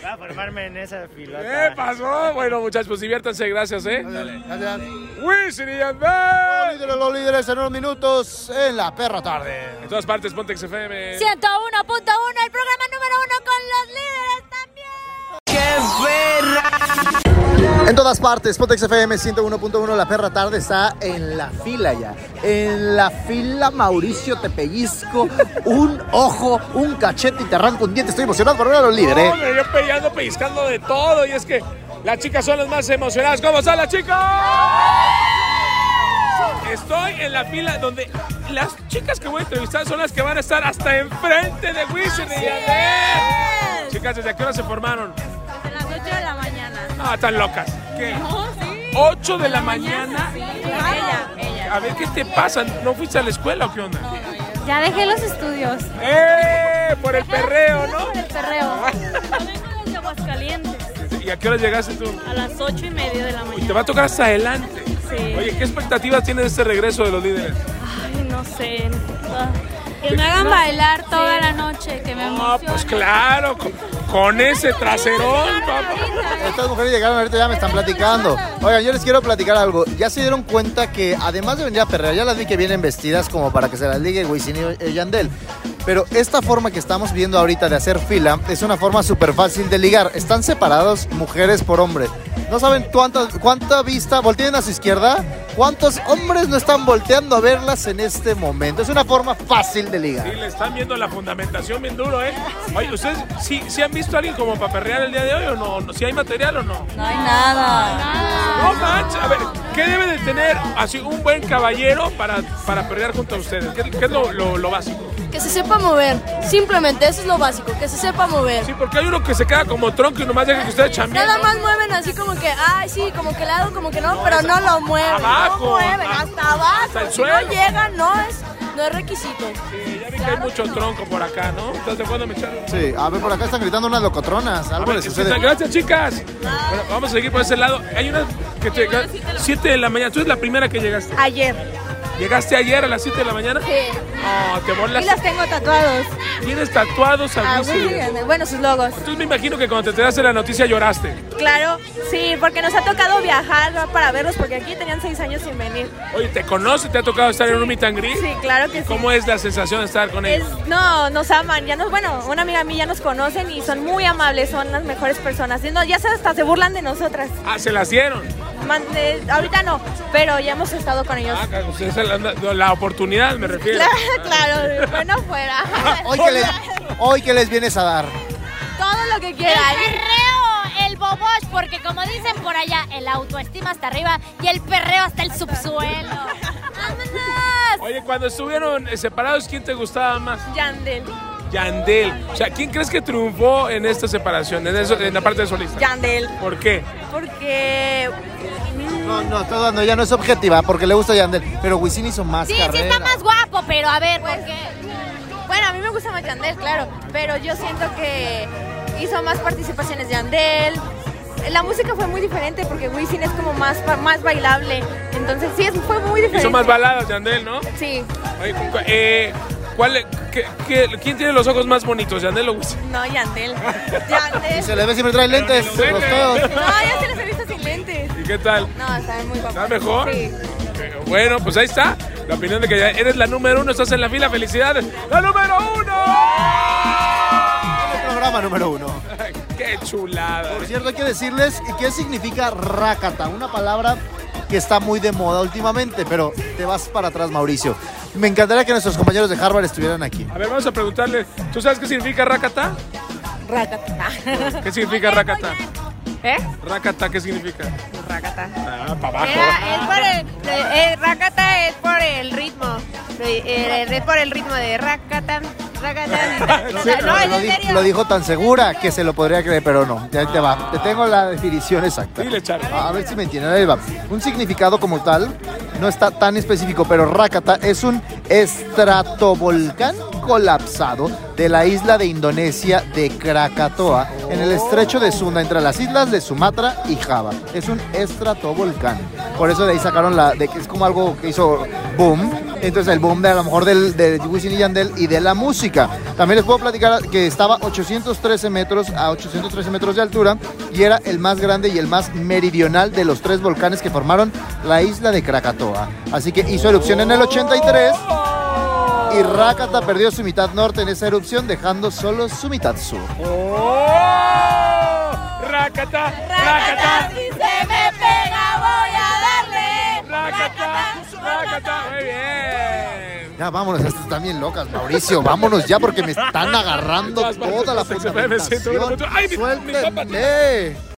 Speaker 9: a formarme en esa filota.
Speaker 1: ¿Qué pasó? Bueno, muchachos, pues diviértanse, gracias, ¿eh?
Speaker 10: Gracias.
Speaker 1: Wisin y Yandel.
Speaker 2: Los líderes, los líderes en unos minutos en la perra tarde.
Speaker 1: En todas partes, Pontex FM.
Speaker 3: 101.1, el programa número uno con los líderes
Speaker 2: En todas partes, Potex FM 101.1, la perra tarde está en la fila ya. En la fila, Mauricio, te pellizco un ojo, un cachete y te arranco un diente. Estoy emocionado por ver a los líderes. ¿eh?
Speaker 1: No, yo peleando, pellizcando de todo. Y es que las chicas son las más emocionadas. ¿Cómo están las chicas? Estoy en la fila donde las chicas que voy a entrevistar son las que van a estar hasta enfrente de Wisin y Yandel. Chicas, ¿desde qué hora se formaron?
Speaker 6: A las 8 de la mañana.
Speaker 1: Ah, están locas. ¿Qué?
Speaker 6: No, sí.
Speaker 1: 8 de la mañana.
Speaker 11: Ah,
Speaker 6: Ella, ella.
Speaker 1: A ver, ¿qué te pasa? ¿No fuiste a la escuela o qué onda?
Speaker 6: Ya dejé los estudios.
Speaker 1: ¡Eh! Por el perreo, ¿no?
Speaker 6: El perreo.
Speaker 4: de Aguascalientes
Speaker 1: ¿Y a qué hora llegaste tú?
Speaker 4: a las ocho y media de la
Speaker 1: Uy,
Speaker 4: mañana.
Speaker 1: te va a tocar hasta adelante.
Speaker 4: Sí.
Speaker 1: Oye, ¿qué expectativas tienes de este regreso de los líderes?
Speaker 4: Ay, no sé.
Speaker 6: Que me hagan bailar toda
Speaker 4: Sí.
Speaker 6: la noche, que me
Speaker 1: Ah,
Speaker 6: emocionen.
Speaker 1: pues claro, con, con ese traserón, papá.
Speaker 2: Estas mujeres llegaron ahorita ya me están platicando. Oigan, yo les quiero platicar algo. Ya se dieron cuenta que además de venir a perrear, ya las vi que vienen vestidas como para que se las ligue Wisin y eh, Yandel. Pero esta forma que estamos viendo ahorita de hacer fila es una forma súper fácil de ligar. Están separados mujeres por hombre. No saben cuánta, cuánta vista, volteen a su izquierda, cuántos hombres no están volteando a verlas en este momento. Es una forma fácil de ligar.
Speaker 1: Sí, le están viendo la fundamentación bien duro, ¿eh? Oye, ¿ustedes sí, sí han visto a alguien como para perrear el día de hoy o no? ¿No? ¿Si hay material o no?
Speaker 6: No hay nada.
Speaker 1: No manches, a ver, ¿qué debe de tener así un buen caballero para, para perrear junto a ustedes? ¿Qué, qué es lo, lo- lo básico?
Speaker 11: Que se sepa mover. Simplemente eso es lo básico, que se sepa mover.
Speaker 1: Sí, porque hay uno que se queda como tronco y nomás deja que ustedes chambeen.
Speaker 11: Nada
Speaker 1: ¿no?
Speaker 11: más mueven así como que, ay, sí, como que lado, como que no, pero no lo mueven.
Speaker 1: Abajo,
Speaker 11: no mueven,
Speaker 1: a-
Speaker 11: hasta abajo.
Speaker 1: hasta el
Speaker 11: si no
Speaker 1: suelo.
Speaker 11: llegan, no es, no es requisito.
Speaker 1: Sí, ya vi que hay mucho tronco por acá, ¿no? ¿Estás de acuerdo, mi charla?
Speaker 2: Sí, a ver, por acá están gritando unas locotronas. Algo les
Speaker 1: Sí,
Speaker 2: sucede.
Speaker 1: está- Gracias, chicas. Bueno, vamos a seguir por ese lado. Hay una que te 7 de la mañana. Tú eres la primera que llegaste.
Speaker 11: Ayer.
Speaker 1: ¿Llegaste ayer a las 7 de la mañana?
Speaker 11: Sí.
Speaker 1: No, te
Speaker 11: Y las
Speaker 1: burlas.
Speaker 11: tengo tatuados.
Speaker 1: Tienes tatuados a
Speaker 11: Ah,
Speaker 1: Luis y-
Speaker 11: muy bien. Bueno, sus logos.
Speaker 1: Entonces me imagino que cuando te enteraste de la noticia lloraste.
Speaker 11: Claro, sí, porque nos ha tocado viajar ¿no? para verlos, porque aquí tenían seis años sin venir.
Speaker 1: Oye, ¿te conoces? ¿Te ha tocado estar en un meet and greet?
Speaker 11: Sí, claro que sí.
Speaker 1: ¿Cómo es la sensación de estar con
Speaker 11: Es,
Speaker 1: ellos?
Speaker 11: no, nos aman, ya nos, bueno, una amiga mía ya nos conocen y son muy amables, son las mejores personas. Y no, ya se- hasta se burlan de nosotras.
Speaker 1: Ah, se las dieron.
Speaker 11: Man- eh, ahorita no, pero ya hemos estado con ellos.
Speaker 1: Ah, ustedes se la, la oportunidad, me refiero.
Speaker 11: Claro, claro, bueno fuera.
Speaker 2: Hoy que, les, hoy que les vienes a dar.
Speaker 3: Todo lo que quieran.
Speaker 12: El perreo, el bobosh, porque como dicen por allá, el autoestima hasta arriba y el perreo hasta el subsuelo.
Speaker 1: Oye, cuando estuvieron eh, separados, ¿quién te gustaba más?
Speaker 11: Yandel.
Speaker 1: Yandel. O sea, ¿quién crees que triunfó en esta separación, en, eso- en la parte de solista?
Speaker 11: Yandel.
Speaker 1: ¿Por qué?
Speaker 11: Porque.
Speaker 2: No, no, todo no, ya no es objetiva, porque le gusta Yandel. Pero Wisin hizo más
Speaker 12: Sí, sí
Speaker 2: carrera.
Speaker 12: está más guapo, pero a ver, ¿por qué?
Speaker 11: pues, Bueno, a mí me gusta más Yandel, claro. Pero yo siento que hizo más participaciones Yandel. La música fue muy diferente porque Wisin es como más, pa- más bailable. Entonces, sí, es- fue muy diferente.
Speaker 1: Hizo más baladas, Yandel, ¿no?
Speaker 11: Sí.
Speaker 1: Oye, cu- eh, ¿cuál, qué- qué- ¿Quién tiene los ojos más bonitos, Yandel o Wisin?
Speaker 11: No, Yandel. Yandel.
Speaker 2: Se le ve siempre trae lentes, los feos.
Speaker 11: No, ya se los he visto sin lentes.
Speaker 1: ¿Y qué tal?
Speaker 11: No, está muy guapo.
Speaker 1: ¿Está mejor?
Speaker 11: Sí.
Speaker 1: Bueno, pues ahí está. La opinión de que ya eres la número uno, estás en la fila, felicidades. ¡La número uno!
Speaker 2: Programa número uno.
Speaker 1: ¡Qué chulada! eh.
Speaker 2: Por cierto, hay que decirles ¿y qué significa rácata, una palabra que está muy de moda últimamente, pero te vas para atrás, Mauricio. Me encantaría que nuestros compañeros de Harvard estuvieran aquí.
Speaker 1: A ver, vamos a preguntarle. ¿Tú sabes qué significa racata?
Speaker 11: Racata.
Speaker 1: ¿Qué significa racata?
Speaker 11: ¿Eh?
Speaker 1: Racata, ¿qué significa?
Speaker 11: Racata.
Speaker 1: Ah, para abajo.
Speaker 11: Era, es por el, eh, eh, racata es por el ritmo. Eh, eh, es por el ritmo de racata, racata.
Speaker 2: Sí,
Speaker 11: no, es
Speaker 2: lo,
Speaker 11: en
Speaker 2: di-
Speaker 11: serio.
Speaker 2: lo dijo tan segura que se lo podría creer, pero no. Ya ahí te va. Te tengo la definición exacta.
Speaker 1: Dile, Charlie.
Speaker 2: A ver si me entienden. Ahí va. Un significado como tal no está tan específico, pero Rakata es un estratovolcán colapsado de la isla de Indonesia de Krakatoa, en el estrecho de Sunda, entre las islas de Sumatra y Java. Es un estratovolcán. Por eso de ahí sacaron la. De, que es como algo que hizo boom. Entonces el boom de a lo mejor del, de Wisin y Yandel y de la música. También les puedo platicar que estaba 813 metros a 813 metros de altura y era el más grande y el más meridional de los tres volcanes que formaron la isla de Krakatoa. Así que hizo erupción en el 83
Speaker 11: Oh.
Speaker 2: y Rakata perdió su mitad norte en esa erupción dejando solo su mitad sur.
Speaker 1: ¡Oh! ¡Racata! ¡Racata!
Speaker 11: Si se me pega, voy a darle.
Speaker 1: Racata, racata. Muy bien.
Speaker 2: Ya vámonos, estas están bien locas, Mauricio. Vámonos ya porque me están agarrando toda la fundamentación.
Speaker 1: ¡Ay, mi, mi papá!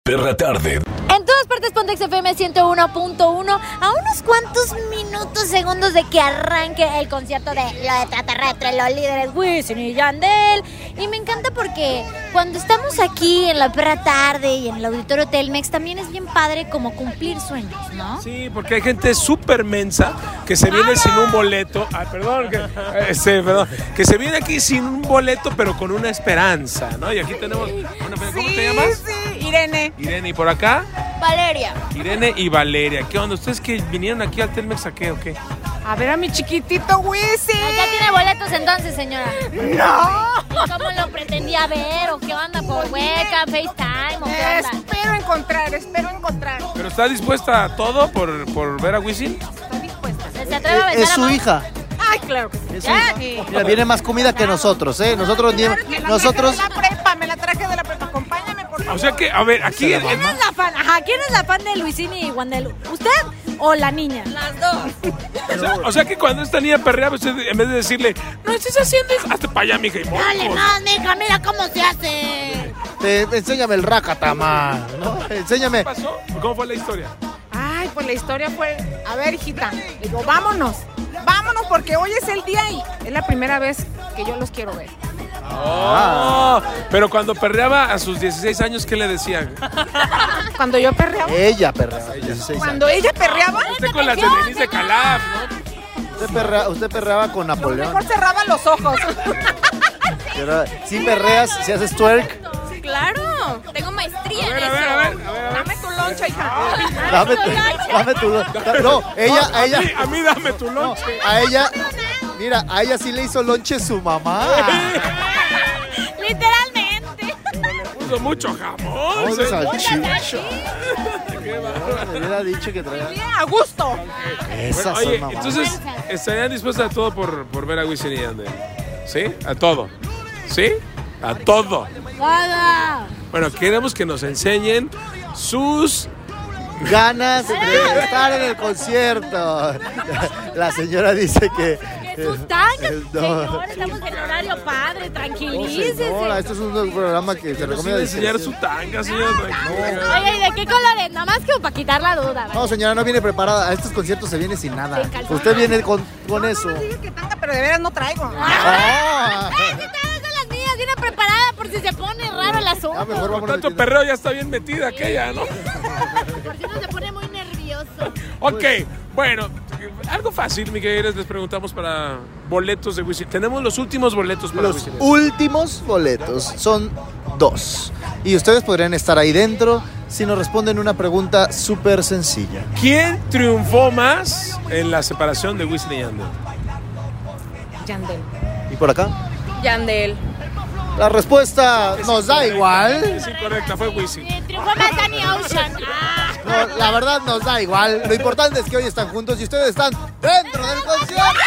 Speaker 5: Perra tarde.
Speaker 12: En todas partes Pontex FM 101.1 a unos cuantos minutos, segundos de que arranque el concierto de lo de Tratarretre, los líderes Wisin y Yandel. Y me encanta porque cuando estamos aquí en la perra tarde y en el auditorio Telmex también es bien padre como cumplir sueños, ¿no?
Speaker 1: Sí, porque hay gente súper mensa que se viene sin un boleto. Ah, perdón, que, este, perdón. Que se viene aquí sin un boleto, pero con una esperanza, ¿no? Y aquí tenemos. Una, ¿Cómo te llamas?
Speaker 11: Sí, Irene.
Speaker 1: Irene, y por acá,
Speaker 11: Valeria.
Speaker 1: Irene y Valeria. ¿Qué onda? ¿Ustedes que vinieron aquí al Telmex a qué o qué?
Speaker 11: A ver a mi chiquitito Wisin.
Speaker 12: Ah, Ya tiene boletos entonces, señora.
Speaker 11: ¡No!
Speaker 12: ¿Y cómo lo pretendía ver? ¿O qué onda? ¿Por hueca, FaceTime? ¿O qué onda?
Speaker 11: Espero encontrar, espero encontrar.
Speaker 1: ¿Pero está dispuesta a todo por, por ver a Wisin?
Speaker 12: ¿Se atreve a besar
Speaker 2: Eh, Es
Speaker 12: a
Speaker 2: su
Speaker 12: Mau?
Speaker 2: hija.
Speaker 11: Ay, claro que sí. Ya, sí.
Speaker 2: Mira, viene más comida que nosotros, ¿eh? Nosotros, ni-
Speaker 11: Me la
Speaker 2: nosotros
Speaker 11: traje de la prepa, me la traje de la prepa. Acompáñame, por favor.
Speaker 1: O sea que, a ver, aquí.
Speaker 11: ¿Quién es la fan? Ajá, ¿quién es la fan de Luisín y Guandelu? ¿Usted o la niña? Las dos.
Speaker 1: O sea, o sea que cuando esta niña perreaba, usted, en vez de decirle, no estés haciendo, hija", hazte para allá, mija. y
Speaker 12: Dale
Speaker 1: mocos".
Speaker 12: más, mija, mira cómo se hace.
Speaker 2: te- enséñame el racatama, ¿no? Enséñame.
Speaker 1: ¿Qué pasó? ¿Cómo fue la historia?
Speaker 11: Ay, pues la historia fue, a ver, hijita, le digo, vámonos, vámonos porque hoy es el día y es la primera vez que yo los quiero ver.
Speaker 1: Oh, pero cuando perreaba a sus 16 años, ¿qué le decían?
Speaker 11: Cuando yo perreaba,
Speaker 2: Ella perreaba. 16 años.
Speaker 11: cuando ella perreaba,
Speaker 1: Usted con la Denise de Calaf, ¿no?
Speaker 2: Usted, perrea- usted perreaba con Napoleón.
Speaker 11: mejor cerraba los ojos.
Speaker 2: Pero si perreas, si haces twerk,
Speaker 11: Claro, tengo maestría
Speaker 12: en
Speaker 11: eso. Dame tu loncha, hija.
Speaker 2: dame, tu- dame tu... No, ella, a ella...
Speaker 1: mí- a mí dame tu
Speaker 2: No,
Speaker 1: lonche.
Speaker 2: a ella... Mira, a ella sí le hizo lonche su mamá.
Speaker 12: Literalmente.
Speaker 1: Puso mucho jamón.
Speaker 2: Vamos de
Speaker 1: se-
Speaker 2: salchicha.
Speaker 1: Qué bárbaro.
Speaker 2: Me hubiera dicho que traía...
Speaker 11: A gusto.
Speaker 2: Esas
Speaker 1: Oye,
Speaker 2: son mamás.
Speaker 1: entonces, ¿estarían dispuestas a todo por, por ver a Wisin y Yandel? ¿Sí? A todo. ¿Sí? A todo.
Speaker 12: Nada.
Speaker 1: Bueno, queremos que nos enseñen sus...
Speaker 2: Ganas de estar en el concierto. La señora dice que...
Speaker 12: Que
Speaker 3: sus tangas.
Speaker 2: Eh, no.
Speaker 3: Señor, estamos en horario padre, tranquilícese.
Speaker 2: Señora, esto es un programa que se recomienda.
Speaker 1: enseñar su tanga, señor.
Speaker 3: Oye, ¿y de qué colores? Nada más que para quitar la duda. ¿vale?
Speaker 2: No, señora, no viene preparada. A estos conciertos se viene sin nada.
Speaker 3: Sin calzón.
Speaker 2: Usted viene con, con eso.
Speaker 3: pero de veras no traigo.
Speaker 2: Ah.
Speaker 3: las mías, viene preparada por si se pone raro el asunto.
Speaker 1: Con tanto perreo ya está bien metida aquella, ¿no?
Speaker 3: Por si uno se pone muy nervioso.
Speaker 1: Ok, bueno, algo fácil, Miguel Eres, les preguntamos para boletos de Wisin. Tenemos los últimos boletos para
Speaker 2: Los
Speaker 1: Wisin.
Speaker 2: últimos boletos son dos. Y ustedes podrían estar ahí dentro si nos responden una pregunta súper sencilla.
Speaker 1: ¿Quién triunfó más en la separación de Wisin y Yandel?
Speaker 11: Yandel.
Speaker 2: ¿Y por acá?
Speaker 11: Yandel.
Speaker 2: La respuesta nos da igual.
Speaker 1: Es incorrecta, fue Wisin.
Speaker 3: Triunfó más Danny Ocean. Ah.
Speaker 2: No, la verdad nos da igual. Lo importante es que hoy están juntos y ustedes están dentro del concierto.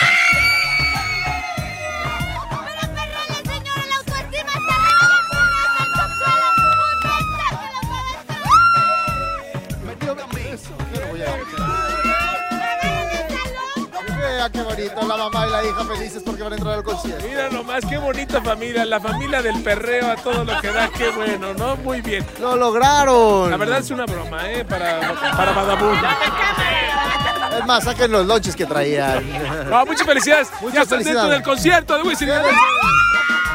Speaker 2: Vea qué bonito, la mamá y la hija felices porque van a entrar al concierto.
Speaker 1: Mira nomás, qué bonita familia, la familia del perreo a todo lo que da, qué bueno, ¿no? Muy bien.
Speaker 2: Lo lograron.
Speaker 1: La verdad es una broma, ¿eh? Para, para Badabun.
Speaker 2: Es más, saquen los lonches que traían.
Speaker 1: No, muchas felicidades. ya están dentro
Speaker 2: felicidades.
Speaker 1: del concierto de Wisin y Yandel.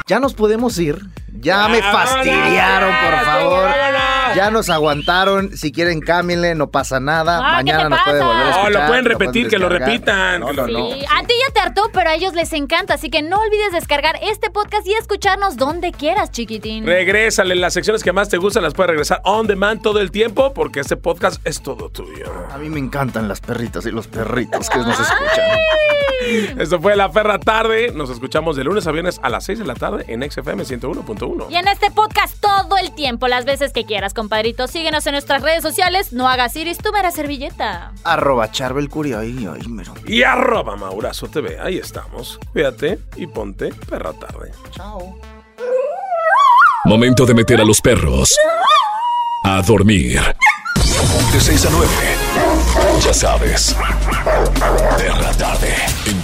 Speaker 2: Ya nos podemos ir. Ya me
Speaker 1: Ya,
Speaker 2: fastidiaron, por
Speaker 1: vámonos,
Speaker 2: favor.
Speaker 1: vámonos.
Speaker 2: Ya nos aguantaron. Si quieren, cámbienle, no pasa nada.
Speaker 3: Ah, ¿qué
Speaker 2: Mañana
Speaker 3: te
Speaker 2: nos puede
Speaker 3: pasa?
Speaker 2: volver a
Speaker 3: No,
Speaker 2: escuchar.
Speaker 1: lo pueden repetir, que lo
Speaker 2: descargar.
Speaker 1: repitan.
Speaker 2: No, no, no.
Speaker 3: Sí, a ti ya te hartó, pero a ellos les encanta, así que no olvides descargar este podcast y escucharnos donde quieras, chiquitín.
Speaker 1: Regrésale, las secciones que más te gustan las puedes regresar on demand todo el tiempo porque este podcast es todo tuyo.
Speaker 2: A mí me encantan las perritas y los perritos que nos escuchan.
Speaker 1: Esto fue La Perra Tarde. Nos escuchamos de lunes a viernes a las 6 de la tarde en XFM 101.1.
Speaker 3: Y en este podcast todo el tiempo, las veces que quieras, compadrito. Síguenos en nuestras redes sociales. No hagas iris, tú me harás servilleta.
Speaker 2: Arroba Charbel Curio. Ahí, ahí, mero.
Speaker 1: Y arroba Maurazo TV. Ahí estamos. Cuídate y ponte Perra Tarde.
Speaker 5: Momento de meter a los perros a dormir. De 6 a 9. Ya sabes. Perra tarde en